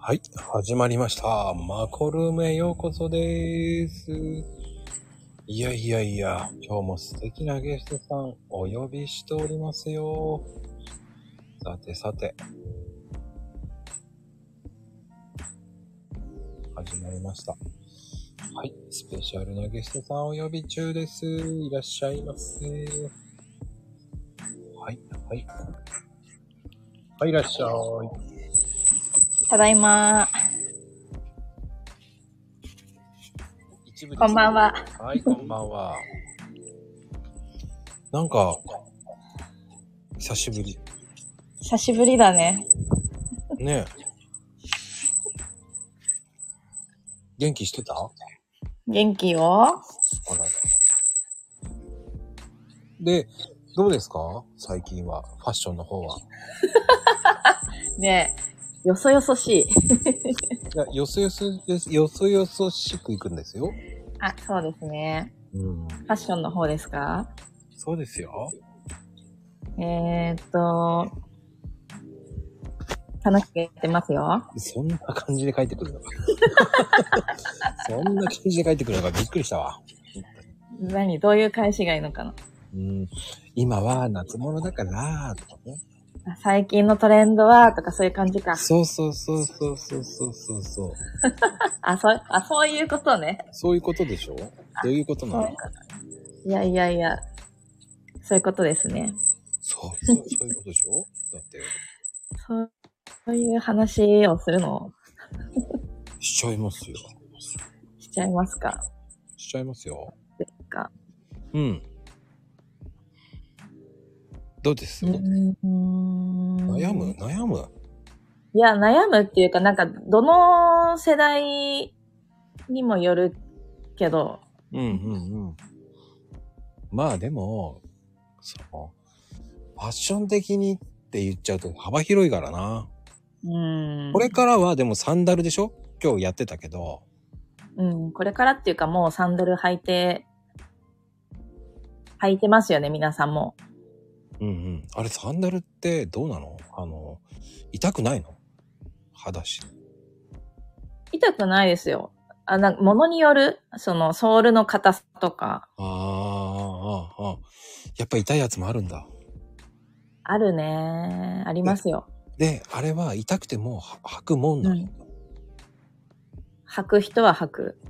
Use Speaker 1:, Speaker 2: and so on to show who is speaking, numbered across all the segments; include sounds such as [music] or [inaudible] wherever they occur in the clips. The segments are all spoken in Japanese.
Speaker 1: はい、始まりました。マコルームへようこそです。いやいやいや、今日も素敵なゲストさんお呼びしておりますよ。さてさて。始まりました。はい、スペシャルなゲストさんお呼び中です。いらっしゃいませ。はい、はい。はい、いらっしゃい。
Speaker 2: ただいまこんばんは。
Speaker 1: はい、こんばんは。なんか、久しぶり。
Speaker 2: 久しぶりだね。
Speaker 1: ねえ。元気してた
Speaker 2: 元気よ。
Speaker 1: あらら。で、どうですか最近は。ファッションの方は。
Speaker 2: ねえ。よそよそし
Speaker 1: い
Speaker 2: い。
Speaker 1: や、よそよそです。よそよそしくいくんですよ。
Speaker 2: あ、そうですね。うん。ファッションの方ですか
Speaker 1: そうですよ。
Speaker 2: えー、っと、楽しくやってますよ。
Speaker 1: そんな感じで帰ってくるのか。 [laughs] そんな感じで帰ってくるのかびっくりしたわ。
Speaker 2: 何どういう返しがいいのかな
Speaker 1: うん。今は夏物だから、とかね。
Speaker 2: 最近のトレンドは、とかそういう感じか。
Speaker 1: そうそうそうそうそうそうそう
Speaker 2: あ、そう、あ、そういうことね。
Speaker 1: そういうことでしょどういうことなの
Speaker 2: いやいやいや、そういうことですね。
Speaker 1: そう、そうそういうことでしょ [laughs] だって。
Speaker 2: そう、そういう話をするの
Speaker 1: しちゃいますよ。
Speaker 2: しちゃいますか。
Speaker 1: しちゃいますよ。
Speaker 2: ですか。
Speaker 1: うん。どうです悩む悩む
Speaker 2: いや、悩むっていうか、なんか、どの世代にもよるけど。
Speaker 1: うんうんうん。まあでも、その、ファッション的にって言っちゃうと幅広いからな。
Speaker 2: うん。
Speaker 1: これからはでもサンダルでしょ今日やってたけど。
Speaker 2: うん、これからっていうかもうサンダル履いて、履いてますよね、皆さんも。
Speaker 1: うんうん。あれ、サンダルってどうなのあの、痛くないの裸足。
Speaker 2: 痛くないですよ。あ、なんか、ものによる、その、ソールの硬さとか。
Speaker 1: ああ、ああ、やっぱ痛いやつもあるんだ。
Speaker 2: あるね。ありますよ。
Speaker 1: で、あれは痛くても履くもんなの、うん、
Speaker 2: 履く人は履く。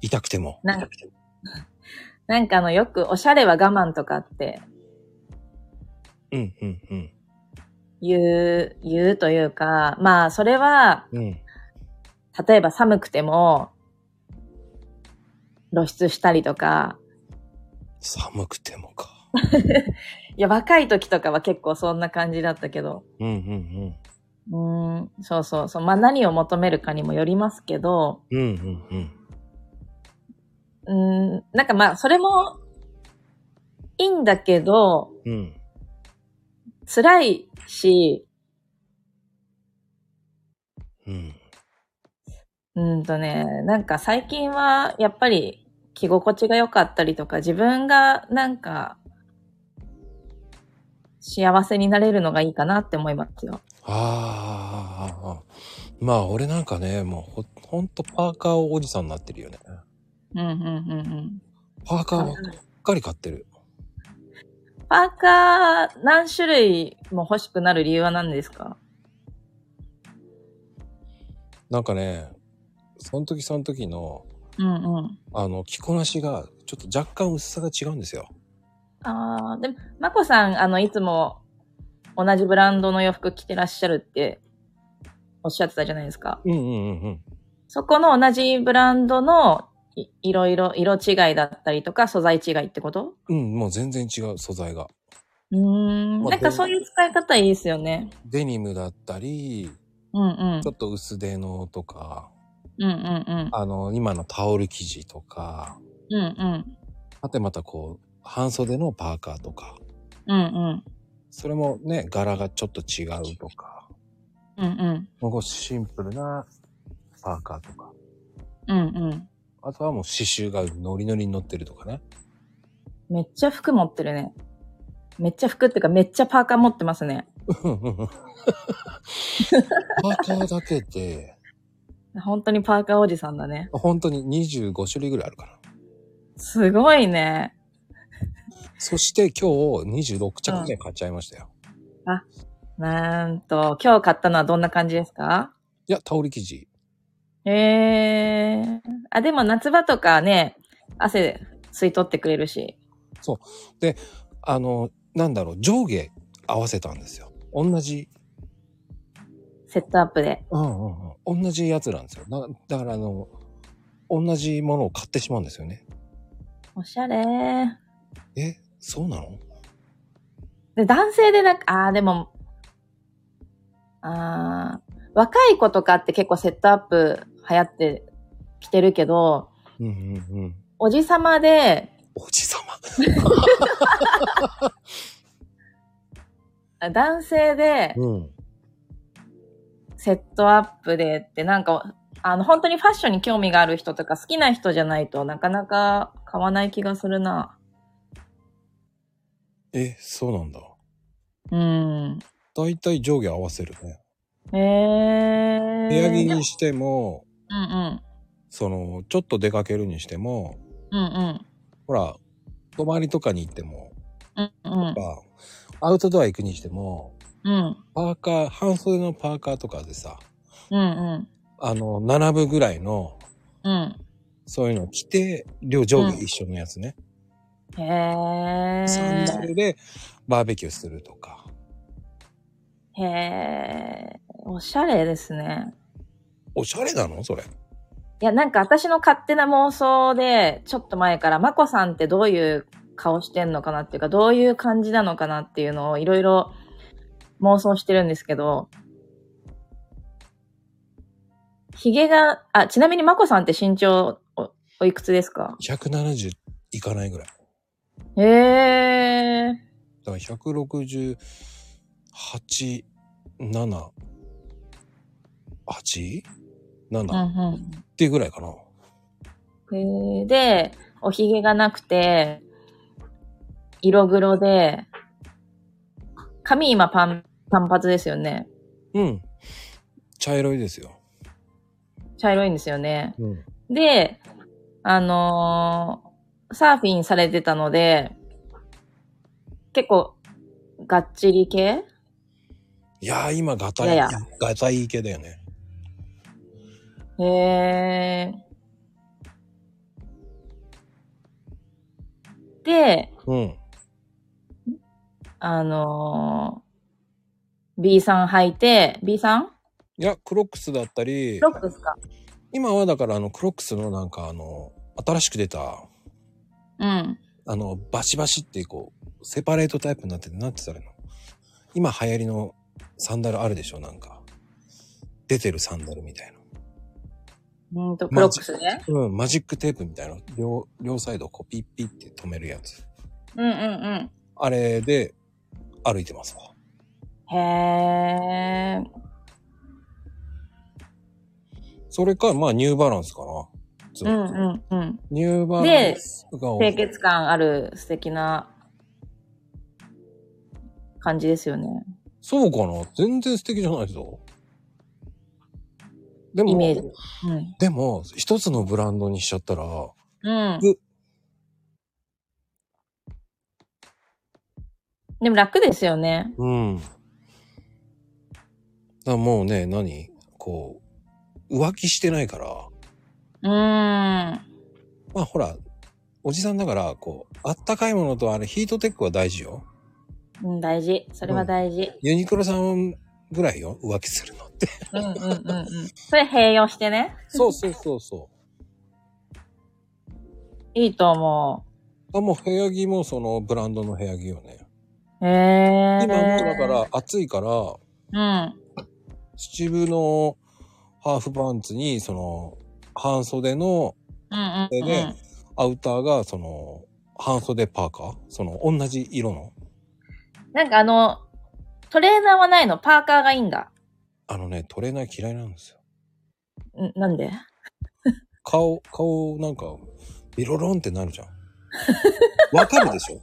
Speaker 1: 痛くても。
Speaker 2: なんか、なんかあの、よく、おしゃれは我慢とかって
Speaker 1: うんうんうん、
Speaker 2: 言う、言うというか、まあ、それは、
Speaker 1: うん、
Speaker 2: 例えば寒くても、露出したりとか。
Speaker 1: 寒くてもか。
Speaker 2: いや、若い時とかは結構そんな感じだったけど。
Speaker 1: うんうんうん。
Speaker 2: うん、そうそうそう。まあ、何を求めるかにもよりますけど。
Speaker 1: うんうん
Speaker 2: うん。うん、なんかまあ、それも、いいんだけど、
Speaker 1: うん、
Speaker 2: 辛いし、
Speaker 1: うん。
Speaker 2: うんとね、なんか最近はやっぱり着心地が良かったりとか、自分がなんか幸せになれるのがいいかなって思いますよ。
Speaker 1: ああ、まあ俺なんかね、もうほほんとパーカーおじさんになってるよね。
Speaker 2: うんうんうんうん。
Speaker 1: パーカーばっかり買ってる。
Speaker 2: パーカー何種類も欲しくなる理由は何ですか
Speaker 1: なんかね、その時その時の、
Speaker 2: うんうん。
Speaker 1: あの、着こなしが、ちょっと若干薄さが違うんですよ。
Speaker 2: ああ、でも、まこさん、あの、いつも同じブランドの洋服着てらっしゃるっておっしゃってたじゃないですか。
Speaker 1: うんうんうんうん。
Speaker 2: そこの同じブランドのい,いろいろ色違いだったりとか素材違いってこと
Speaker 1: うんもう全然違う素材が
Speaker 2: うん、まあ、なんかそういう使い方いいですよね
Speaker 1: デニムだったり、
Speaker 2: うんうん、
Speaker 1: ちょっと薄手のとか
Speaker 2: うんうんうん
Speaker 1: あの今のタオル生地とか
Speaker 2: うんうん
Speaker 1: あとまたこう半袖のパーカーとか
Speaker 2: うんうん
Speaker 1: それもね柄がちょっと違うとか
Speaker 2: うんうん
Speaker 1: もうシンプルなパーカーとか
Speaker 2: うんうん
Speaker 1: あとはもう刺繍がノリノリに乗ってると [laughs] かね。
Speaker 2: めっちゃ服持ってるね。めっちゃ服っていうかめっちゃパーカー持ってますね。
Speaker 1: パーカーだけで、
Speaker 2: 本当にパーカーおじさんだね。
Speaker 1: 本当に25種類ぐらいあるから。
Speaker 2: すごいね。
Speaker 1: そして今日26着ぐらい買っちゃいましたよ。
Speaker 2: なんと、今日買ったのはどんな感じですか
Speaker 1: いや、タオル生地。
Speaker 2: えー。あ、でも夏場とかね、汗吸い取ってくれるし。
Speaker 1: あの、なんだろう、上下合わせたんですよ。同じ、
Speaker 2: セットアップで。
Speaker 1: うんうんうん、同じやつなんですよ。だだからあの、同じものを買ってしまうんですよね。
Speaker 2: おしゃれー。
Speaker 1: え、そうなの
Speaker 2: で、男性でなんか、ああ、でも、ああ、若い子とかって結構セットアップ流行ってきてるけど、
Speaker 1: うんうんうん。
Speaker 2: おじさまで、
Speaker 1: おじさま
Speaker 2: あ男性で
Speaker 1: うん。
Speaker 2: セットアップでってなんか、あの、本当にファッションに興味がある人とか好きな人じゃないとなかなか買わない気がするな。
Speaker 1: え、そうなんだ。
Speaker 2: うん。
Speaker 1: だいたい上下合わせるね。
Speaker 2: えー。
Speaker 1: 部屋着にしても、
Speaker 2: うんうん。
Speaker 1: その、ちょっと出かけるにしても、
Speaker 2: うんうん。
Speaker 1: ほら、泊まりとかに行っても、
Speaker 2: うんうん。
Speaker 1: まあ、アウトドア行くにしても、
Speaker 2: うん
Speaker 1: パーカー、半袖のパーカーとかでさ、
Speaker 2: うん
Speaker 1: あの、7分ぐらいの、
Speaker 2: うん。
Speaker 1: そういうのを着て、両上下一緒のやつね。
Speaker 2: うん。へー。
Speaker 1: サンダルでバーベキューするとか。
Speaker 2: へえ、おしゃれですね。
Speaker 1: おしゃれなのそれ。
Speaker 2: いや、なんか私の勝手な妄想で、ちょっと前から、まこさんってどういう顔してんのかなっていうか、どういう感じなのかなっていうのをいろいろ妄想してるんですけど、ヒゲが、あ、ちなみにまこさんって身長お、おいくつですか
Speaker 1: 170いかないぐらい。
Speaker 2: へえ、
Speaker 1: だから168、7、8? なん
Speaker 2: うん
Speaker 1: だっていうぐらいかな。
Speaker 2: うん。へーで、おひげがなくて、色黒で、髪今パン、単発ですよね。
Speaker 1: うん。茶色いですよ。
Speaker 2: 茶色いんですよね。
Speaker 1: うん。
Speaker 2: で、あのーサーフィンされてたので、結構、がっちり系
Speaker 1: いやー、今、ガタイ、
Speaker 2: いやい
Speaker 1: ガタイ系だよね。
Speaker 2: へえ。で、
Speaker 1: うん。
Speaker 2: あのー、B さん履いて、B さん
Speaker 1: いや、クロックスだったり、
Speaker 2: ロックですか
Speaker 1: 今はだからあの、クロックスのなんかあの、新しく出た、
Speaker 2: うん。
Speaker 1: あの、バシバシってこう、セパレートタイプになってて、なんて言ったらいいの今流行りのサンダルあるでしょなんか。出てるサンダルみたいな。
Speaker 2: うんと、ク
Speaker 1: マ
Speaker 2: ロッ
Speaker 1: ジ
Speaker 2: クスね。
Speaker 1: うん、マジックテープみたいな。両、両サイドをこうピッピッって止めるやつ。
Speaker 2: うんうん
Speaker 1: あれで歩いてますわ。
Speaker 2: うん。へえ。
Speaker 1: それか、まあニューバランスかな。ずっ
Speaker 2: う
Speaker 1: と
Speaker 2: んうんうん。
Speaker 1: ニューバラン
Speaker 2: で、
Speaker 1: スが多い
Speaker 2: 清潔感ある素敵な感じですよね。
Speaker 1: そうかな全然素敵じゃないぞ。で
Speaker 2: イメージ
Speaker 1: も、。
Speaker 2: うん。
Speaker 1: でも、一つのブランドにしちゃったら、
Speaker 2: うん
Speaker 1: う。
Speaker 2: でも楽ですよね。
Speaker 1: うん。だからもうね、何こう、浮気してないから、
Speaker 2: うーん。
Speaker 1: まあほら、おじさんだから、こう、あったかいものとあれ、ヒートテックは大事よ。
Speaker 2: うん、大事。それは大事。
Speaker 1: ユニクロさんぐらいよ、浮気するのって。
Speaker 2: うんうんうんうん。それ併用してね。
Speaker 1: そうそうそう [laughs] そ
Speaker 2: いいと思
Speaker 1: う。あもう部屋着もそのブランドの部屋着よね。
Speaker 2: う。へえ。
Speaker 1: 今もうだか。ら暑いから、
Speaker 2: うん。
Speaker 1: 七分のハーフパンツに、その、半袖の
Speaker 2: うんうん、うん。
Speaker 1: でねアウターが、その、半袖パーカーその、同じ色の。
Speaker 2: なんかあの、トレーナーはないのパーカーがいいんだ。
Speaker 1: あのね、トレーナー嫌いなんですよ。
Speaker 2: んなん [laughs] で
Speaker 1: 顔、顔なんか、ビロロンってなるじゃん。わかるでしょ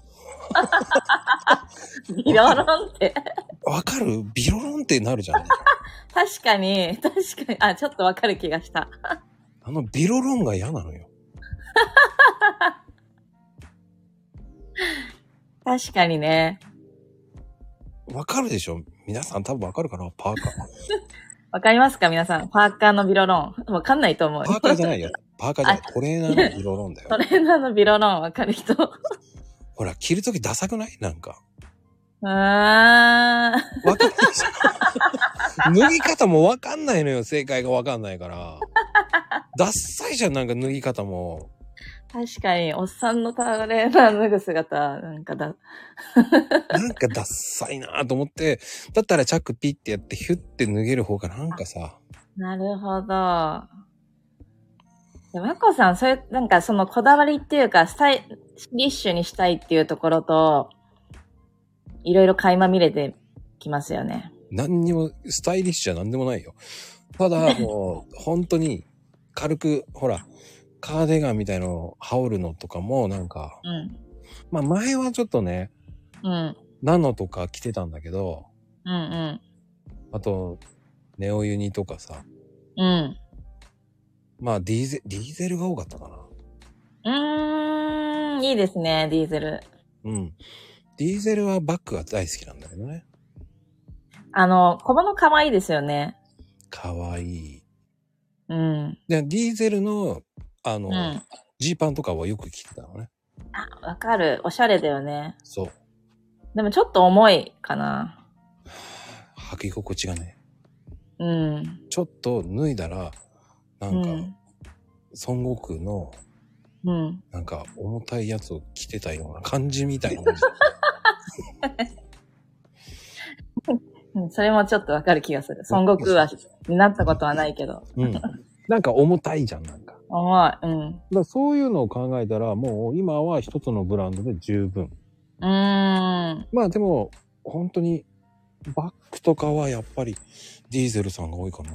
Speaker 2: ビロロンって。
Speaker 1: わかるビロロンってなるじゃん。
Speaker 2: 確かに、確かに、あ、ちょっとわかる気がした。
Speaker 1: あのビロロンが嫌なのよ。
Speaker 2: 確かにね。
Speaker 1: わかるでしょ皆さん多分わかるかなパーカー。
Speaker 2: わかりますか皆さん。パーカーのビロロン。わかんないと思う。
Speaker 1: パーカーじゃないよ。パーカーじゃない。トレーナーのビロロンだよ
Speaker 2: ト。レーナーのビロロンわかる人。
Speaker 1: ほら、着るときダサくないなんか。
Speaker 2: あー。
Speaker 1: わかんないでしょ脱ぎ方もわかんないのよ。正解がわかんないから。ダッサいじゃん、なんか脱ぎ方も。
Speaker 2: 確かに、おっさんのトレーナー脱ぐ姿、なんかだ。
Speaker 1: なんかダッサいなと思って、だったらチャックピッてやってヒュッて脱げる方がなんかさ、
Speaker 2: なるほど。で、まこさん、そういう、なんかそのこだわりっていうか、スタイリッシュにしたいっていうところと、いろいろ垣間見れてきますよね。
Speaker 1: 何にもスタイリッシュじゃ何でもないよ。ただ、もう、本当に、軽く、ほら、カーディガンみたいのを羽織るのとかも、なんか、
Speaker 2: うん。
Speaker 1: まあ前はちょっとね、
Speaker 2: うん。
Speaker 1: ナノとか着てたんだけど、
Speaker 2: うん
Speaker 1: あと、ネオユニとかさ、
Speaker 2: うん。うん。
Speaker 1: まあディーゼ、ディーゼルが多かったかな。
Speaker 2: うーん、いいですね、ディーゼル。
Speaker 1: うん。ディーゼルはバッグが大好きなんだけどね。
Speaker 2: あの、小物可愛いですよね。
Speaker 1: かわいい。
Speaker 2: うん。
Speaker 1: で、ディーゼルの、あ
Speaker 2: う
Speaker 1: の
Speaker 2: ん。、あ、
Speaker 1: ジーパンとかはよく着てたのね。
Speaker 2: わかる。おしゃれだよね。
Speaker 1: そう。
Speaker 2: でもちょっと重いかな。
Speaker 1: 履き心地がね、
Speaker 2: うん。
Speaker 1: ちょっと脱いだら、な
Speaker 2: うん
Speaker 1: か、
Speaker 2: ん。
Speaker 1: 孫悟空の、
Speaker 2: うん。
Speaker 1: なんか重たいやつを着てたような感じみたいな。
Speaker 2: [laughs] うんそれもちょっとわかる気がする。孫悟空は、なったことはないけど。
Speaker 1: うん。なんか重たいじゃん、なんか。だか
Speaker 2: [laughs] 重い。うん。
Speaker 1: らそういうのを考えたら、もう今は一つのブランドで十分。
Speaker 2: うーん。
Speaker 1: まあでも、本当に、バッグとかはやっぱりディーゼルさんが多いかな。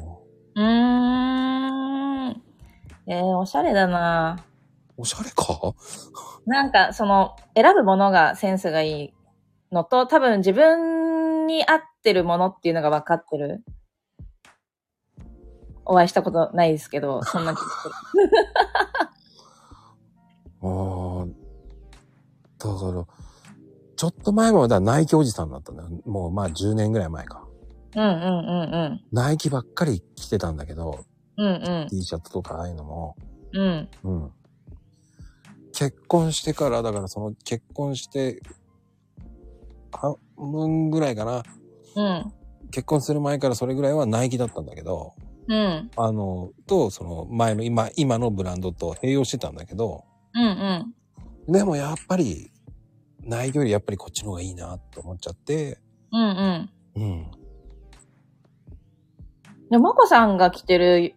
Speaker 2: うーん。えー、おしゃれだな
Speaker 1: おしゃれか
Speaker 2: なんか、その、選ぶものがセンスがいいのと、多分自分に合ってるものっていうのが分かってる。お会いしたことないですけど、そんな気が
Speaker 1: [laughs]
Speaker 2: する。
Speaker 1: ああ。だから、ちょっと前まではナイキおじさんだったんだよ。もうまあ10年ぐらい前か。
Speaker 2: うんうん
Speaker 1: ナイキばっかり着てたんだけど、
Speaker 2: うんうん。うん
Speaker 1: T シャツとかああいうのも。
Speaker 2: うん。うん。
Speaker 1: うん。結婚してから、だからその結婚して、半分ぐらいかな。
Speaker 2: うん。
Speaker 1: 結婚する前からそれぐらいはナイキだったんだけど、
Speaker 2: うん。
Speaker 1: あの、と、その前の今、今のブランドと併用してたんだけど、
Speaker 2: うんうん。
Speaker 1: でもやっぱり、ナイキよりやっぱりこっちの方がいいなって思っちゃって、
Speaker 2: うんうん。
Speaker 1: うん。
Speaker 2: で、まこさんが着てる、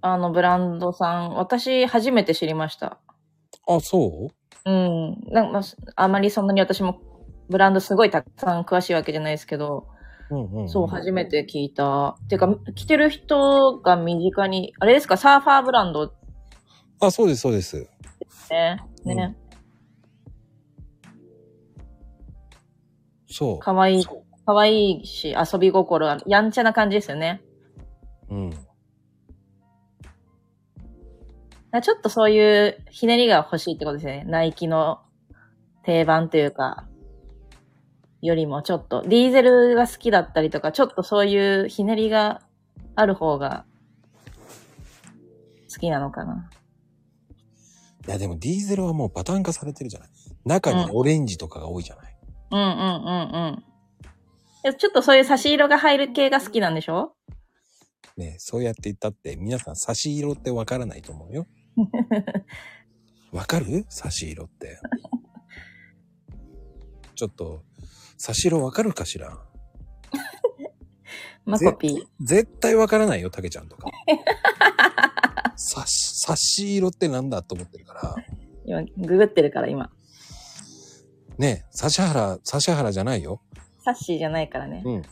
Speaker 2: あの、ブランドさん、私、初めて知りました。
Speaker 1: あ、そう
Speaker 2: うん。なんか、あまりそんなに私もブランドすごいたくさん詳しいわけじゃないですけど、
Speaker 1: うんうん、
Speaker 2: そう、初めて聞いた。てか、着てる人が身近に、あれですか、サーファーブランド
Speaker 1: あ、そうです、そうです。
Speaker 2: ね。ね。
Speaker 1: そ
Speaker 2: かわいい。かわいいし、遊び心ある、やんちゃな感じですよね。
Speaker 1: う。うん。
Speaker 2: だからちょっとそういうひねりが欲しいってことですね。ナイキの定番というか、よりもちょっと、ディーゼルが好きだったりとか、ちょっとそういうひねりがある方が好きなのかな。
Speaker 1: いや、でもディーゼルはもうパターン化されてるじゃない。中にオレンジとかが多いじゃない。
Speaker 2: うんうんうんうんで。ちょっとそういう差し色が入る系が好きなんでしょ
Speaker 1: ねそうやって言ったって、皆さん差し色ってわからないと思う
Speaker 2: [laughs]
Speaker 1: よ。わかる差し色って。ちょっと、差し色わかるかしら
Speaker 2: マコピー。
Speaker 1: 絶対わからないよ、たけちゃんと
Speaker 2: [laughs]
Speaker 1: か。差し、差し色ってなんだと思ってるから。
Speaker 2: 今、ググってるから今。
Speaker 1: ねえ、指原、指原じゃないよ。
Speaker 2: サッシーじゃないからね。
Speaker 1: うん。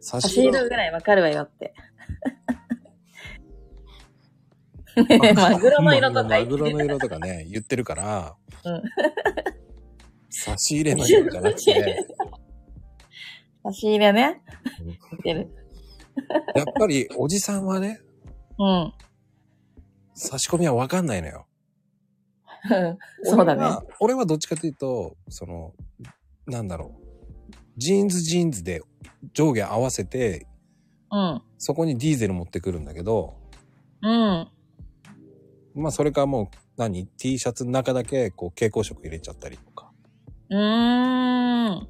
Speaker 1: 差
Speaker 2: 差
Speaker 1: し
Speaker 2: し
Speaker 1: 色。
Speaker 2: 色ぐらいわかるわ
Speaker 1: [laughs]
Speaker 2: よって。 [laughs] ねマグロの色とか
Speaker 1: マ
Speaker 2: 言っ
Speaker 1: グロ
Speaker 2: て
Speaker 1: の色とかね、言ってるから。
Speaker 2: うん [laughs]
Speaker 1: 差し入れの色じゃなくて、
Speaker 2: 差し入れね。似てる。
Speaker 1: やっぱりおじさんはね、
Speaker 2: うん。
Speaker 1: 差し込みはわかんないのよ。
Speaker 2: そうだ
Speaker 1: 俺。
Speaker 2: ね
Speaker 1: は。俺はどっちかというと、その、なんだろう。ジーンズジーンズで上下合わせて、
Speaker 2: うん。
Speaker 1: そこにディーゼル持ってくるんだけど、
Speaker 2: うん。
Speaker 1: まあそれかもう何 ?T シャツの中だけこう蛍光色入れちゃったりとか。
Speaker 2: うーん。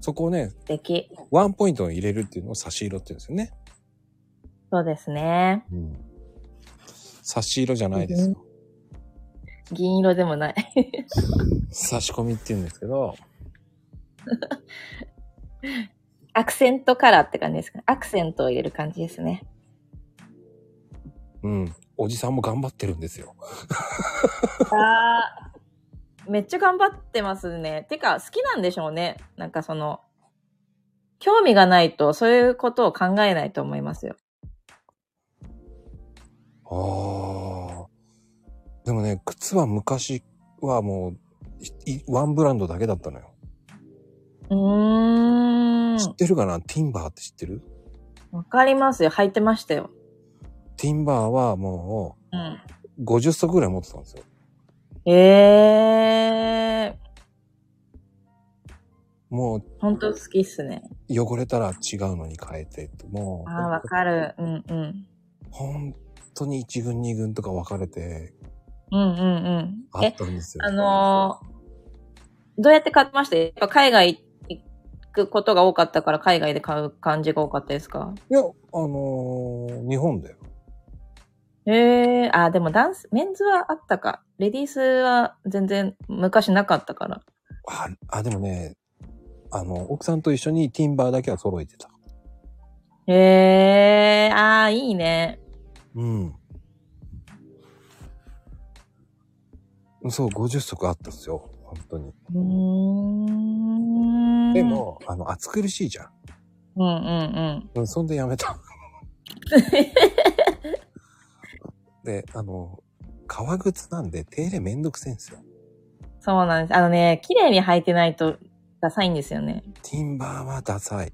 Speaker 1: そこをね、
Speaker 2: 素敵。
Speaker 1: ワンポイントを入れるっていうのを差し色って言うんですよね。
Speaker 2: そうですね。
Speaker 1: うん。差し色じゃないですよ。
Speaker 2: 銀色でもない。
Speaker 1: 差し込みって言うんですけど、
Speaker 2: アクセントカラーって感じですかね。アクセントを入れる感じで
Speaker 1: [laughs]
Speaker 2: すね。
Speaker 1: うん。おじさんも頑張ってるんですよ。
Speaker 2: あーめっちゃ頑張ってますね。てか、好きなんでしょうね。なんかその、興味がないと、そういうことを考えないと思いますよ。
Speaker 1: ああ。でもね、靴は昔はもう、いいワンブランドだけだったのよ。
Speaker 2: うー
Speaker 1: 知っ
Speaker 2: ん。
Speaker 1: てるかなティンバーって知ってる
Speaker 2: わかりますよ。履いてましたよ。
Speaker 1: ティンバーはも
Speaker 2: うん。
Speaker 1: う50足ぐらい持ってたんですよ。
Speaker 2: ええ
Speaker 1: もう
Speaker 2: ー。本当好きっすね。
Speaker 1: 汚れたら違うのに変えてって、もう。
Speaker 2: ああ、わかる。うんうん。
Speaker 1: 本当に一軍二軍とか分かれて
Speaker 2: うんうんうん。
Speaker 1: あっ
Speaker 2: え、
Speaker 1: たんですよ。
Speaker 2: あのーどうやって買ってましたやっぱ海外行くことが多かったから海外で買う感じが多かったですか
Speaker 1: いや、あのー日本だよ。
Speaker 2: ええー、あー、でもダンス、メンズはあったか。レディースは全然昔なかったから。
Speaker 1: あ、あでもね、あの、奥さんと一緒にティンバーだけは揃えてた。
Speaker 2: ええー、あー、いいね。
Speaker 1: うん。そう、50足あったっすよ。本当に。
Speaker 2: うーん。
Speaker 1: で、も、あの、暑苦しいじゃん。
Speaker 2: うんうん
Speaker 1: う
Speaker 2: うん。
Speaker 1: ん、そんでやめた。で、あの、革靴なんで手入れめんどくせえんですよ。
Speaker 2: そうなんです。あのね、綺麗に履いてないとダサいんですよね。
Speaker 1: ティンバーはダサい。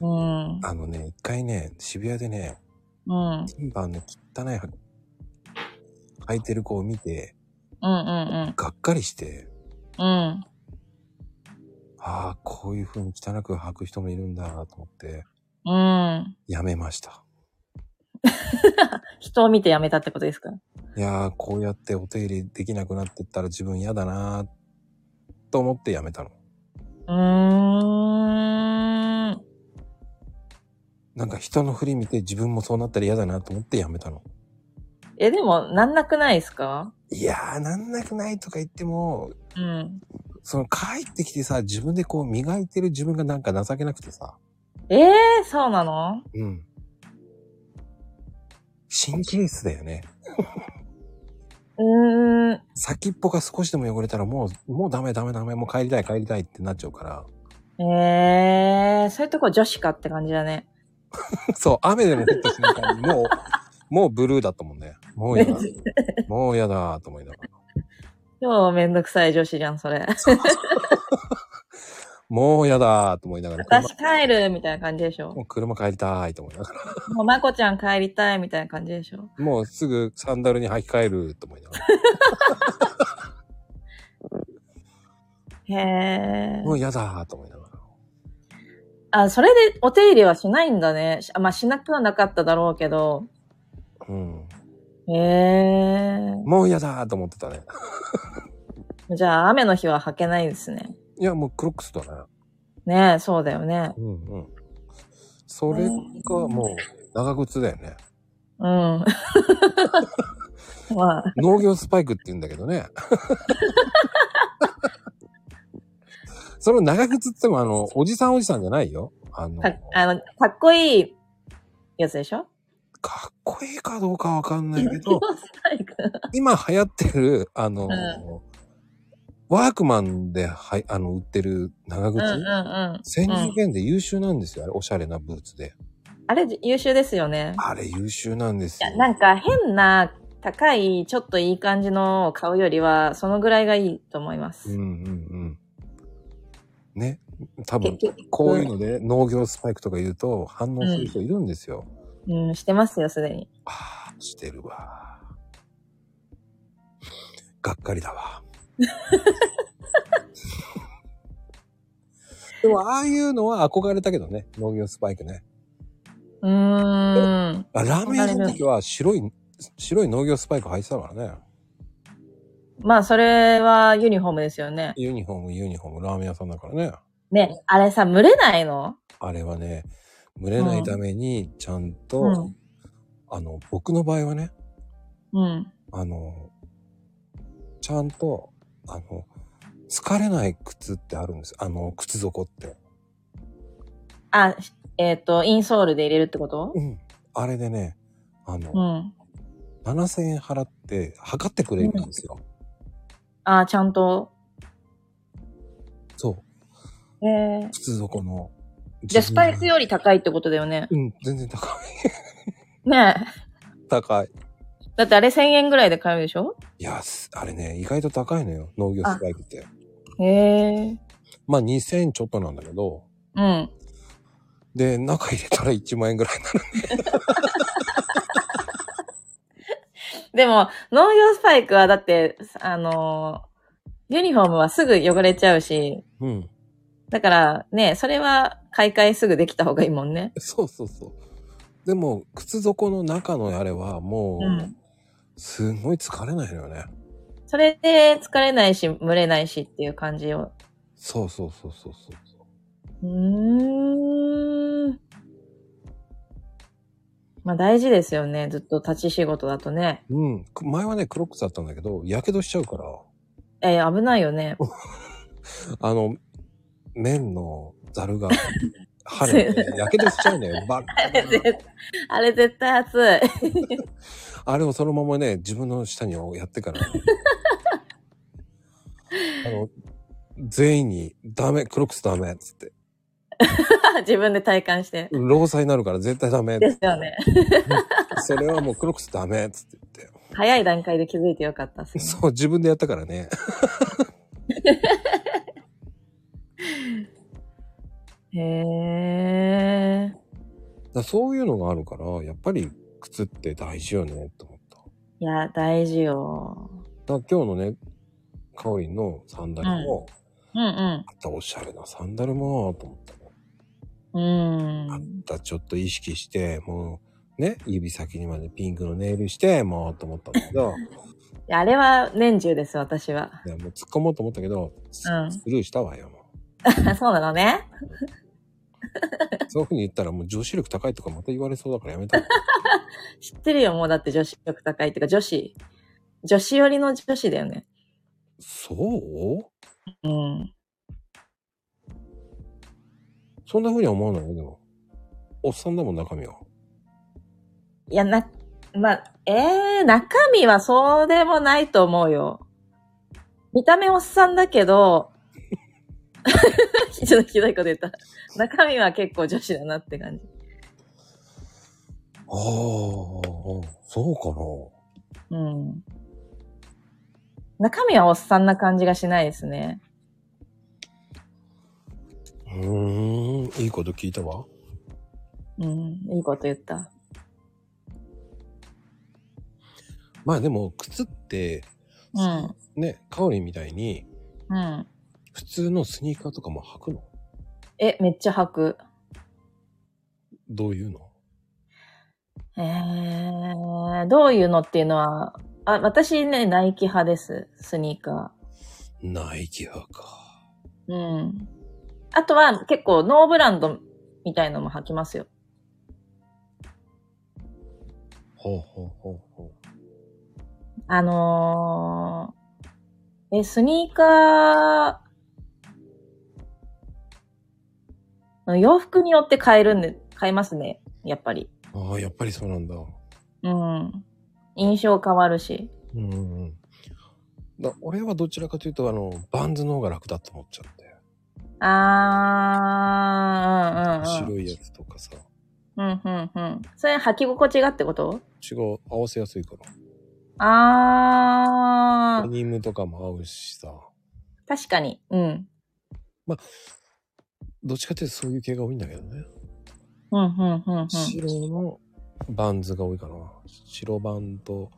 Speaker 2: うん。
Speaker 1: あのね、一回ね、渋谷でね、
Speaker 2: うん。
Speaker 1: ティンバーの汚いは履いてる子を見て、
Speaker 2: うんうん
Speaker 1: がっかりして、
Speaker 2: うん。うん。
Speaker 1: ああ、こういう風に汚く履く人もいるんだと思って、
Speaker 2: うん。
Speaker 1: やめました。
Speaker 2: 人を見てやめたってことですか
Speaker 1: いやー、こうやってお手入れできなくなってったら自分嫌だなーと思ってやめたの。
Speaker 2: うーん。
Speaker 1: なんか人の振り見て自分もそうなったら嫌だなと思ってやめたの。
Speaker 2: え、でも、なんなくないですか
Speaker 1: いやー、なんなくないとか言っても、
Speaker 2: うん。
Speaker 1: その帰ってきてさ、自分でこう磨いてる自分がなんか情けなくてさ、
Speaker 2: ええー、そうなの
Speaker 1: うん。神経質だよね。
Speaker 2: うーん。
Speaker 1: 先っぽが少しでも汚れたらもう、もうダメダメダメ、もう帰りたい帰りたいってなっちゃうから。
Speaker 2: ええー、そういうとこ女子かって感じだね。
Speaker 1: そう、雨でも降った瞬間にもう、もうブルーだったもんね。もう嫌だ。もう嫌だと思いながら。
Speaker 2: 超めんどくさい女子じゃん、それ。
Speaker 1: もう嫌だと思いながら。車
Speaker 2: 私帰るみたいな感じでしょ
Speaker 1: もう車帰りたいと思いながら。
Speaker 2: もうまこちゃん帰りたいみたいな感じでしょ
Speaker 1: もうすぐサンダルに履き替えると思いながら。
Speaker 2: へえ。
Speaker 1: もう嫌だと思いながら。
Speaker 2: あ、それでお手入れはしないんだね。しまあ、しなくはなかっただろうけど。
Speaker 1: うん。
Speaker 2: へえ。
Speaker 1: もう嫌だと思ってたね。
Speaker 2: じゃあ、雨の日は履けないですね。
Speaker 1: いや、もうクロックスだね。
Speaker 2: ねえ、そうだよね。
Speaker 1: うんうん。それかもう長靴だよね。
Speaker 2: うん。 [laughs] まあ、
Speaker 1: 農業スパイクって言うんだけどね。その長靴ってもあの、おじさんおじさんじゃないよ。あの、
Speaker 2: かあの、かっこいいやつでしょ、
Speaker 1: かっこいいかどうかわかんないけど
Speaker 2: [laughs] スパイク。
Speaker 1: 今流行ってる、あの、
Speaker 2: うん
Speaker 1: ワークマンではい、あの、売ってる長
Speaker 2: うん
Speaker 1: 靴、
Speaker 2: うんうん。
Speaker 1: 1200円で優秀なんですよ。あれ、おしゃれなブーツで。
Speaker 2: あれ、優秀ですよね。
Speaker 1: あれ、優秀なんです
Speaker 2: い
Speaker 1: よ
Speaker 2: や。なんか変な高い、ちょっといい感じのを買うよりは、そのぐらいがいいと思いま
Speaker 1: うん
Speaker 2: す。
Speaker 1: うんうん。ね、多分、
Speaker 2: 結局
Speaker 1: こういうので農業スパイクとか言うと反応する人いるんですよ。
Speaker 2: うん、してますよ、すでに。
Speaker 1: ああ、してるわ。がっかりだ
Speaker 2: [laughs]
Speaker 1: わ。でも、ああいうのは憧れたけどね、農業スパイクね。
Speaker 2: うーん。
Speaker 1: あラーメン屋の時は白い、白い農業スパイク履いてたからね。
Speaker 2: まあ、それはユニフォームですよね。
Speaker 1: ユニフォーム、ユニフォーム、ラーメン屋さんだからね。
Speaker 2: ね、あれさ、蒸れないの
Speaker 1: あれはね、蒸れないために、ちゃんと、
Speaker 2: うん
Speaker 1: あの、僕の場合はね、
Speaker 2: うん。
Speaker 1: あの、ちゃんと、あの、疲れない靴ってあるんです。あの、靴底って。
Speaker 2: あ、えっ、と、インソールで入れるってこと
Speaker 1: うん。あれでね、あの、
Speaker 2: うん。
Speaker 1: 7000円払って、測ってくれるんですよ。
Speaker 2: あ、ちゃんと。
Speaker 1: そう。
Speaker 2: えー、
Speaker 1: 靴底の。
Speaker 2: じゃあ、スパイク
Speaker 1: よ。
Speaker 2: より高いってことだよね。
Speaker 1: うん、全然高い。
Speaker 2: ね
Speaker 1: 高い。
Speaker 2: え。だってあれ1000円ぐらいで買えるでしょ
Speaker 1: いや、すあれね、意外と高いのよ。農業スパイクって。
Speaker 2: へえ。
Speaker 1: まあ、2000ちょっとなんだけど、
Speaker 2: うん。
Speaker 1: で、中入れたら1万円ぐらいになる。
Speaker 2: でも、農業スパイクはだって、あのーユニフォームはすぐ汚れちゃうし、
Speaker 1: うん。
Speaker 2: だからね、それは買い替えすぐできた方がいいもんね。
Speaker 1: そうそうそう。でも、靴底の中のあれは、も
Speaker 2: う
Speaker 1: う、
Speaker 2: ん。
Speaker 1: すごい疲れないのよね。
Speaker 2: それで疲れないし、蒸れないしっていう感じを。
Speaker 1: そうそうそうそうそう。
Speaker 2: うーん。まあ大事ですよね。ずっと立ち仕事だとね。
Speaker 1: うん。く前はね、クロックスだったんだけど、やけどしちゃうから、
Speaker 2: えー、危ないよね。
Speaker 1: あの、麺のザルが跳ねて、やけどしちゃうのよ。ばっ
Speaker 2: [laughs] あれ絶あれ絶対熱い。 [laughs]
Speaker 1: あれをそのままね、自分の下にやってから、あの、全員に、ダメ、クロックスダメっつって。
Speaker 2: 自分で体感して。
Speaker 1: 労災になるから絶対ダメっつ
Speaker 2: で
Speaker 1: っ
Speaker 2: すよね。
Speaker 1: て。それはもうクロックスダメっつって言って。
Speaker 2: 早い段階で気づいてよかったっす [laughs] ね
Speaker 1: そう、自分でやったからね。
Speaker 2: へえ。
Speaker 1: だからそういうのがあるから、やっぱり靴って大事よね、と思った。
Speaker 2: いや、大事よ。
Speaker 1: だから今日のね、カオリンのサンダルも、
Speaker 2: うんうん。
Speaker 1: あったおしゃれなサンダルも、と思ったの。
Speaker 2: うーん。
Speaker 1: だからちょっと意識して、もう、ね、指先にまでピンクのネイルして、もう、と思ったんだけ
Speaker 2: [laughs]
Speaker 1: ど、
Speaker 2: いやあれは年中です、私は。 [laughs]
Speaker 1: いやもう突っ込もうと思ったけど、ス
Speaker 2: うん
Speaker 1: スルーしたわよ、も
Speaker 2: そうなのね。
Speaker 1: う。そういう風に言ったら、もう女子力高いとかまた言われそうだからやめた。
Speaker 2: 知ってるよ、もうだって女子力高いっていうか、女子。女子寄りの女子だよね。
Speaker 1: そう
Speaker 2: うん。
Speaker 1: そんな風には思わないよ、でも。おっさんだもん、中身は。
Speaker 2: いや、な、まあ、えー、中身はそうでもないと思うよ。見た目おっさんだけど、 [laughs] ちょっとひどいこと言った。中身は結構女子だなって感じ。
Speaker 1: ああ、そうかな。
Speaker 2: うん。中身はおっさんな感じがしないですね。
Speaker 1: うーん、いいこと聞いたわ。
Speaker 2: うん。いいこと言った。
Speaker 1: まあでも、靴って、
Speaker 2: うん。
Speaker 1: ね、カオリンみたいに、
Speaker 2: うん。
Speaker 1: 普通のスニーカーとかも履くの
Speaker 2: え、めっちゃ履く。
Speaker 1: どういうの
Speaker 2: えー、どういうのっていうのは、あ、私ね、ナイキ派です。スニーカ
Speaker 1: ナイキ派か。
Speaker 2: ー。うん。あとは結構ノーブランドみたいのも履きますよ。
Speaker 1: ほうほうほうほ
Speaker 2: あのー、え、スニーカー、洋服によって買えるんで、買えますね。やっぱり。
Speaker 1: う。ああ、やっぱりそうなんだ。
Speaker 2: うん。印象変わるし。
Speaker 1: うんうんうん。だ俺はどちらかというと、あの、バンズの方が楽だと思っちゃって。
Speaker 2: あー、うんうんうん。
Speaker 1: 白いやつとかさ。
Speaker 2: うんうんうん。それ履き心地がってこと
Speaker 1: 違う、合わせやすいから。
Speaker 2: あ
Speaker 1: デ
Speaker 2: ー、
Speaker 1: ニムとかも合うしさ。
Speaker 2: 確かに。うん。
Speaker 1: どっちかっていうとそういう系が多いんだけどね。
Speaker 2: うん、うん、うん、うん。
Speaker 1: 白のバンズが多いかな。白バンと、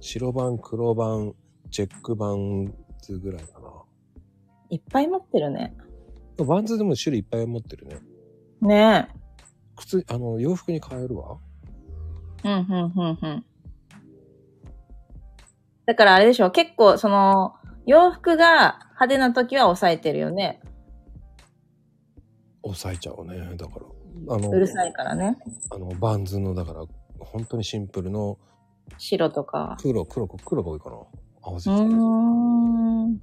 Speaker 1: 白バン、黒バン、チェックバンズぐらいかな。
Speaker 2: いっぱい持ってるね。
Speaker 1: バンズでも種類いっぱい持ってるね。
Speaker 2: ね
Speaker 1: 靴、あの、洋服に変えるわ。
Speaker 2: え。うん、うん、うん、うん。だからあれでしょ結構、その、洋服が派手な時は抑えてるよね。
Speaker 1: 抑えちゃうね。だから。あの
Speaker 2: う、るさいからね。
Speaker 1: あの、バンズの、だから、本当にシンプルの
Speaker 2: 白とか。
Speaker 1: 黒、黒、黒が多いかな。合わせ
Speaker 2: う
Speaker 1: てきてる。
Speaker 2: ーん。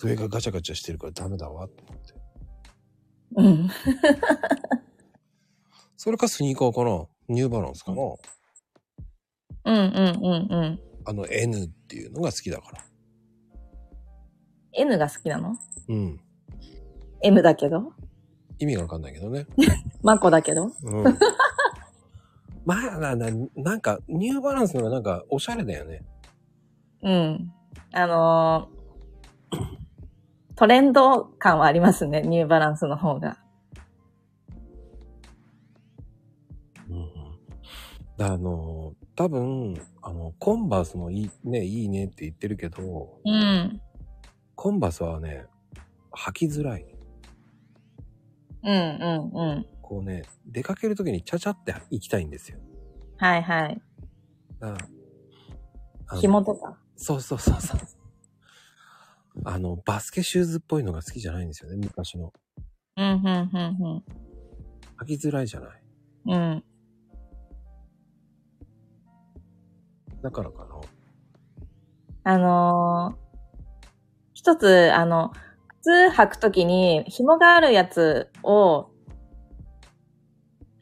Speaker 1: 上がガチャガチャしてるからダメだわって思って。
Speaker 2: うん。
Speaker 1: それかスニーカーかなニューバランスかな
Speaker 2: うん、うん、うん、うん。
Speaker 1: あの N っていうのが好きだから。
Speaker 2: N が好きなの
Speaker 1: うん。
Speaker 2: ?M だけど
Speaker 1: 意味がわかんないけどね。
Speaker 2: マコだけど
Speaker 1: うん。 [laughs] まあな、な、なんか、ニューバランスのがなんか、おしゃれだよね。
Speaker 2: うん。あのートレンド感はありますね、ニューバランスの方が。
Speaker 1: うん。だあの、多分、あの、コンバースもいい、ね、いいねって言ってるけど、
Speaker 2: うん。
Speaker 1: コンバースはね、履きづらい。
Speaker 2: うんうんうん。
Speaker 1: こうね、出かけるときにちゃちゃって行きたいんですよ。
Speaker 2: はいはい。
Speaker 1: だからあの
Speaker 2: 紐とか。
Speaker 1: そうそうそうそう。あの、バスケシューズっぽいのが好きじゃないんですよね、昔の。
Speaker 2: うんうんうん
Speaker 1: 履きづらいじゃない。
Speaker 2: うん。うん。
Speaker 1: だからかな。
Speaker 2: あのー一つ、あの、靴履くときに紐があるやつを、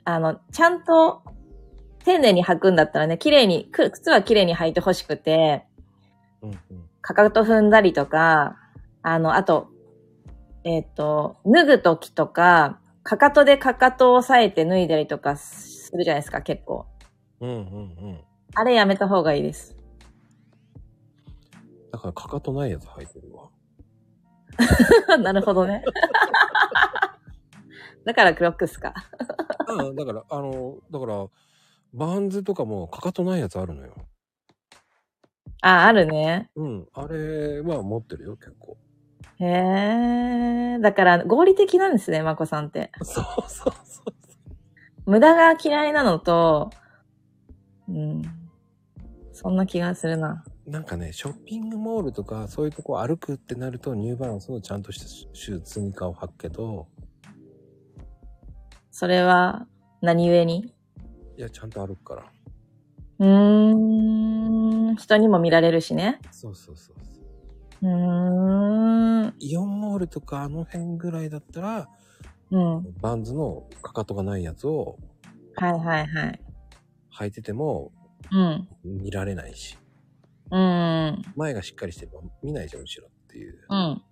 Speaker 2: あの、ちゃんと丁寧に履くんだったらね、綺麗に、く靴は綺麗に履いてほしくて、
Speaker 1: うんうん。
Speaker 2: かかと踏んだりとか、あの、あと、えっ、と、脱ぐときとか、かかとでかかとを押さえて脱いだりとかするじゃないですか、結構。
Speaker 1: うんうんうん。
Speaker 2: あれやめた方がいいです。
Speaker 1: だから、かかとないやつ履いてるわ。
Speaker 2: [laughs] なるほどね。だからクロックスか。
Speaker 1: ああ、だから、あの、だから、バンズとかもかかとないやつあるのよ。
Speaker 2: あ、あるね。
Speaker 1: うん。あれは持ってるよ、結構。
Speaker 2: へえ。だから合理的なんですね、まこさんって。
Speaker 1: そうそうそう。
Speaker 2: 無駄が嫌いなのと、うん。そんな気がするな。
Speaker 1: なんかね、ショッピングモールとか、そういうとこ歩くってなると、ニューバランスのちゃんとしたシューズ、スニーカーを履くけど、
Speaker 2: それは何故に
Speaker 1: いや、ちゃんと歩くから。
Speaker 2: うーん。人にも見られるしね。
Speaker 1: そうそうそうそう。
Speaker 2: うーん。うん。
Speaker 1: イオンモールとかあの辺ぐらいだったら、
Speaker 2: はい
Speaker 1: バンズのかかとがないやつを
Speaker 2: はいはい。
Speaker 1: 履いてても
Speaker 2: うん。
Speaker 1: 見られないし、
Speaker 2: うん。
Speaker 1: 前がしっかりしてれば見ないじゃん、後ろっていう。
Speaker 2: うん。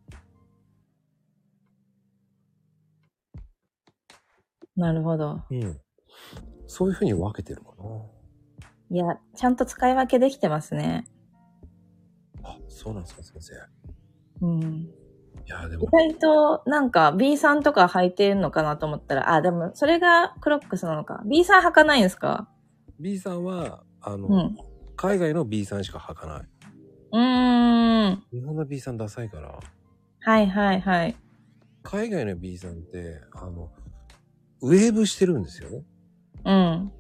Speaker 2: なるほど。
Speaker 1: うん。そういうふうに分けてるか
Speaker 2: いや、ちゃんと使い分けできてますね。
Speaker 1: な。あ、そうなんですか、先生。い
Speaker 2: うん。
Speaker 1: や、で
Speaker 2: 意
Speaker 1: も、
Speaker 2: 外と、なんか B さんとか履いてんのかなと思ったら、あ、でもそれがクロックスなのか。B さん履かないんですか
Speaker 1: B さんは、あの、
Speaker 2: うん。
Speaker 1: 海外の B さんしか履かない。
Speaker 2: うーん。
Speaker 1: 日本の B さんダサいから、
Speaker 2: はいはいはい。
Speaker 1: 海外の B さんって、あの、ウェーブしてるんですよね。
Speaker 2: うん。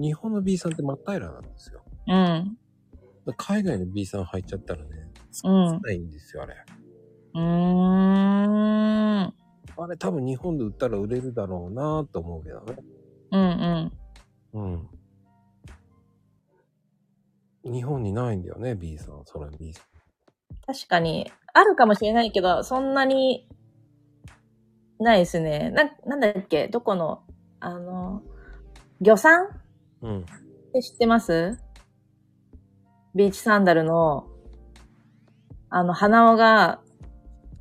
Speaker 1: 日本の B さんって真っ平らなんですよ。
Speaker 2: うん。
Speaker 1: だから海外の B さん履いちゃったらね、
Speaker 2: うん。
Speaker 1: ないんですよ、あれ。
Speaker 2: うーん。
Speaker 1: あれ多分日本で売ったら売れるだろうなと思うけどね。
Speaker 2: うんう
Speaker 1: う
Speaker 2: ん。
Speaker 1: ん。日本にないんだよね、B さん。それ B さん。
Speaker 2: 確かに、あるかもしれないけど、そんなに、ないですね。な、なんだっけどこの、あの、魚さんっ
Speaker 1: うん。
Speaker 2: て知ってますビーチサンダルの、あの、鼻緒が、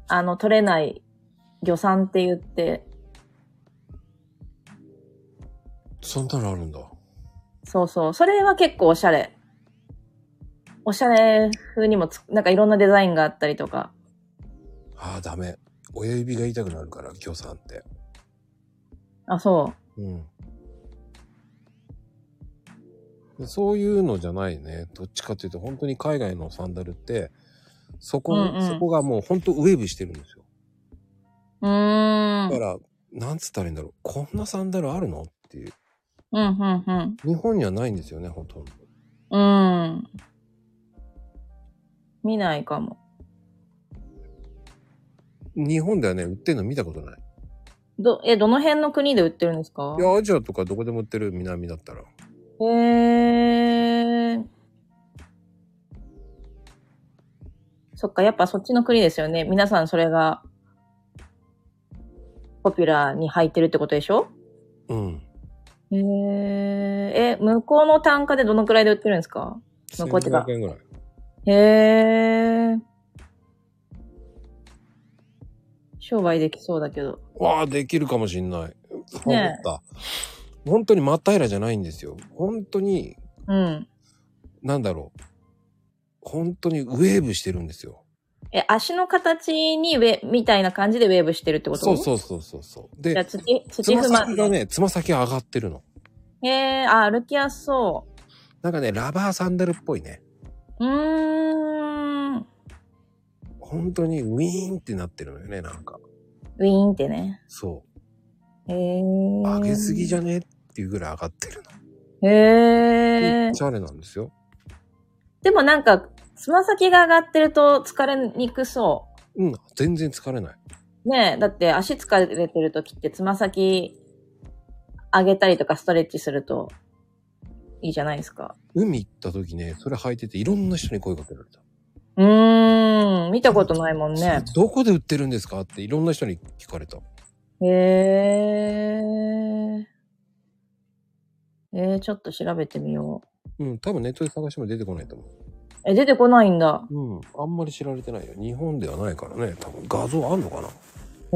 Speaker 2: あの、取れない魚さんって言って、
Speaker 1: そんなのあるんだ。
Speaker 2: そうそう。それは結構おしゃれ。おしゃれ風にもつ、なんかいろんなデザインがあったりとか。
Speaker 1: ああ、ダメ。親指が痛くなるから、魚さんって。
Speaker 2: あ、そ
Speaker 1: うん。そういうのじゃないね。どっちかっていうと、本当に海外のサンダルって、そこ、
Speaker 2: うんうん
Speaker 1: そこがもう本当ウェーブしてるんですよ。
Speaker 2: う。うー
Speaker 1: だか
Speaker 2: ん。
Speaker 1: ら、なんつったらいいんだろう。こんなサンダルあるのっていう。
Speaker 2: うん、うん、うん。
Speaker 1: 日本にはないんですよね、ほとんど。
Speaker 2: うん。見ないかも。
Speaker 1: 日本ではね、売ってるの見たことない。
Speaker 2: ど、え、どの辺の国で売ってるんですか
Speaker 1: いや、アジアとかどこでも売ってる、南だったら。
Speaker 2: へえー。そっか、やっぱそっちの国ですよね。皆さんそれが、ポピュラーに入ってるってことでしょ
Speaker 1: うん。
Speaker 2: へえー。え、向こうの単価でどのくらいで売ってるんですか向こうってか
Speaker 1: 1500円ぐらい。
Speaker 2: へえー。商売できそうだけど。
Speaker 1: わあ、できるかもしんない。そう思
Speaker 2: ね
Speaker 1: った。本当に真っ平らじゃないんですよ。本当に、
Speaker 2: うん。
Speaker 1: なんだろう。本当にウェーブしてるんですよ。
Speaker 2: え、足の形にウェ、みたいな感じでウェーブしてるってこと
Speaker 1: そうそうそうそうそう。
Speaker 2: じゃあ
Speaker 1: で、
Speaker 2: 土、
Speaker 1: つ
Speaker 2: 土
Speaker 1: ま
Speaker 2: 踏ま
Speaker 1: 先がね、つま先上がってるの。
Speaker 2: へえ、あ、歩きやすそ
Speaker 1: なんかね、ラバーサンダルっぽいね。
Speaker 2: う。うーん。ウ
Speaker 1: 本当にウィーンってなってるのよね、なんか。
Speaker 2: ィーンってね。
Speaker 1: そ
Speaker 2: へえ。
Speaker 1: う。上げすぎじ
Speaker 2: ゃ
Speaker 1: ゃねっていうぐらい上がってる
Speaker 2: へ
Speaker 1: の。
Speaker 2: え
Speaker 1: お。しゃれなんですよ。
Speaker 2: でもなんか、つま先が上がってると疲れにくそ
Speaker 1: うん、全然疲れない。
Speaker 2: う。ねえ、だって足疲れてる時ってつま先上げたりとかストレッチするといいじゃないですか。
Speaker 1: 海行った時ね、それ履いてていろんな人に声かけられた。
Speaker 2: うーん、見たことないもんね。
Speaker 1: それどこで売ってるんですかっていろんな人に聞かれた。
Speaker 2: へえ。えー、ちょっと調べてみよ
Speaker 1: うん、多分ネットで探しても出てこないと思
Speaker 2: う。え、出てこないんだ。
Speaker 1: う。うん、あんまり知られてないよ。日本ではないからね。多分画像あんのか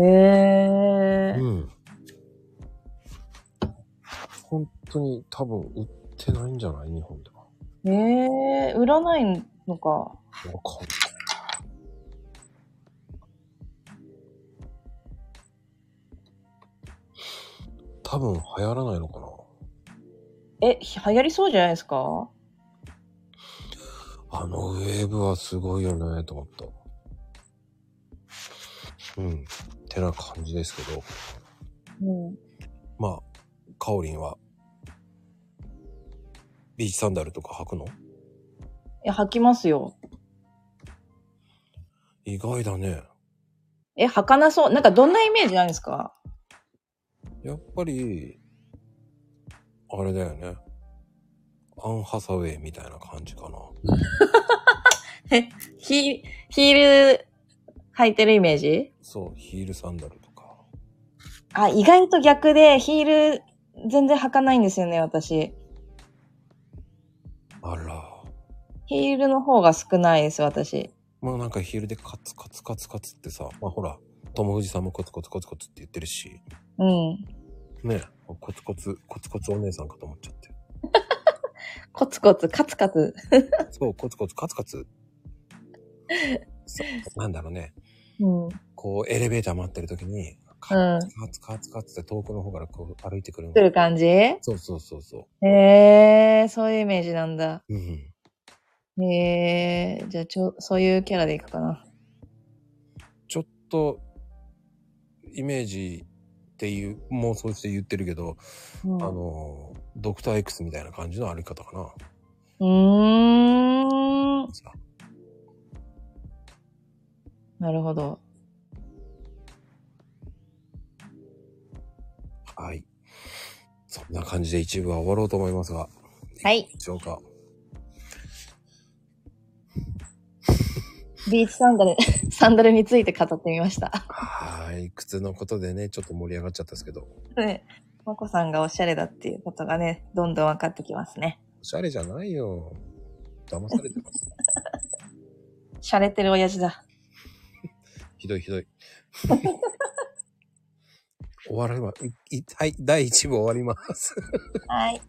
Speaker 2: へえ
Speaker 1: な。。うん。本当に多分売ってないんじゃない日本では。
Speaker 2: ええー、売らないのか。
Speaker 1: わかんない多分流行らないのかな
Speaker 2: え、ひ流行りそうじゃないですか
Speaker 1: あのウェーブはすごいよね、と思った。うん。てな感じですけど。
Speaker 2: うん。
Speaker 1: まあ、カオリンは、ビーチサンダルとか履くの
Speaker 2: え、履きますよ。
Speaker 1: 意外だね。
Speaker 2: え、履かなそう。なんかどんなイメージなんですか
Speaker 1: やっぱり、あれだよね。アン・ハサウェイみたいな感じかな。
Speaker 2: ヒール、ヒール履いてるイメージ
Speaker 1: そう、ヒールサンダルとか。
Speaker 2: あ、意外と逆で、ヒール全然履かないんですよね、私。
Speaker 1: あら。
Speaker 2: ヒールの方が少ないです、私。
Speaker 1: まあなんかヒールでカツカツカツカツってさ、まあほら、友藤さんもコツコツコツコツって言ってるし、
Speaker 2: うん。
Speaker 1: ねえ、コツコツ、コツコツお姉さんかと思っちゃって。
Speaker 2: コツコツ、カツカツ。 [laughs]
Speaker 1: そう、コツコツカツカツ。
Speaker 2: [laughs]
Speaker 1: そうなんだろうね。
Speaker 2: うん。
Speaker 1: こう、エレベーター待ってる時に、カツカツカツカツって遠くの方からこう歩いてくるの
Speaker 2: 来る感じへ
Speaker 1: そうそうそうそ
Speaker 2: えー、そういうイメージなんだ。
Speaker 1: う。うん。
Speaker 2: へえー、じゃあちょ、そういうキャラでいくかな。
Speaker 1: ちょっと、イメージっていう、妄想して言ってるけど、
Speaker 2: うん
Speaker 1: あの、ドクター X みたいな感じの歩き方かな。
Speaker 2: うーん。
Speaker 1: さ
Speaker 2: なるほど。
Speaker 1: はい。そんな感じで一部は終わろうと思いますが。
Speaker 2: はい。
Speaker 1: でしょうか。
Speaker 2: ビーチサンダル、 [laughs] サンダルについて語ってみました。
Speaker 1: はい。靴のことでね、ちょっと盛り上がっちゃったですけど、
Speaker 2: [laughs] ね。まこさんがおしゃれだっていうことがね、どんどん分かってきますね。
Speaker 1: おしゃれじゃないよ。騙されてます。
Speaker 2: 洒落てる親父だ。
Speaker 1: ひどいひどい。終わりま、いいはい、第1部終わります。
Speaker 2: はい。